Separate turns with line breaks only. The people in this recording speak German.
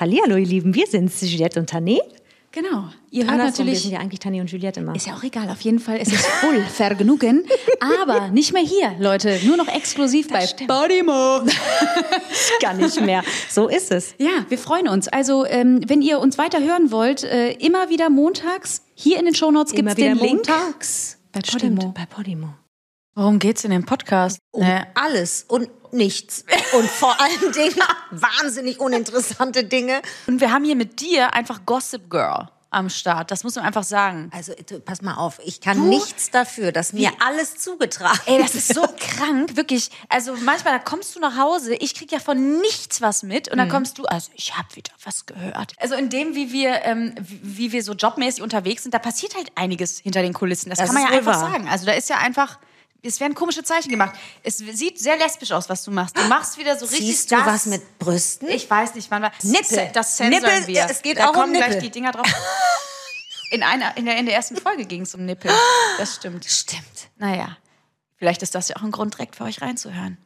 Hallihallo, ihr Lieben, wir sind Juliette und Tané.
Genau. Ihr hört
Andersrum, wir sind
natürlich.
ja eigentlich Tané und Juliette immer.
Ist ja auch egal, auf jeden Fall ist es voll Vergnügen. Aber nicht mehr hier, Leute. Nur noch exklusiv bei Podimo.
gar nicht mehr. So ist es.
Ja, wir freuen uns. Also, ähm, wenn ihr uns weiter hören wollt, äh, immer wieder montags. Hier in den Shownotes gibt
Immer
es
wieder
den Link.
montags.
Bei
Stimmt,
Podimo. Oh.
bei Podimo.
Worum geht's in dem Podcast? Äh, Naja,
Ne, Alles und nichts. Und vor allen Dingen wahnsinnig uninteressante Dinge.
Und wir haben hier mit dir einfach Gossip Girl am Start. Das muss man einfach sagen.
Also du, pass mal auf, ich kann nichts dafür, dass mir alles zugetragen
Ey, das ist so krank, wirklich. Also manchmal, da kommst du nach Hause, ich krieg ja von nichts was mit
Mhm.
und dann kommst du, also ich habe wieder was gehört. Also in dem, wie wir, ähm, wie wie wir so jobmäßig unterwegs sind, da passiert halt einiges hinter den Kulissen. Das,
Das
kann man
ist
ja
wohl
einfach
wahr.
sagen. Also da ist ja einfach, es werden komische Zeichen gemacht. Es sieht sehr lesbisch aus, was du machst. Du machst wieder so richtig
Siehst du
das-
was mit Brüsten?
Ich weiß nicht, wann war.
Nippel.
Das zensoren
Nippel,
wir.
es geht
da
auch um
kommen gleich
Nippel.
die Dinger drauf. In, einer, in, der, in der ersten Folge ging es um Nippel. Das stimmt.
Stimmt.
Naja, vielleicht ist das ja auch ein Grund, direkt für euch reinzuhören.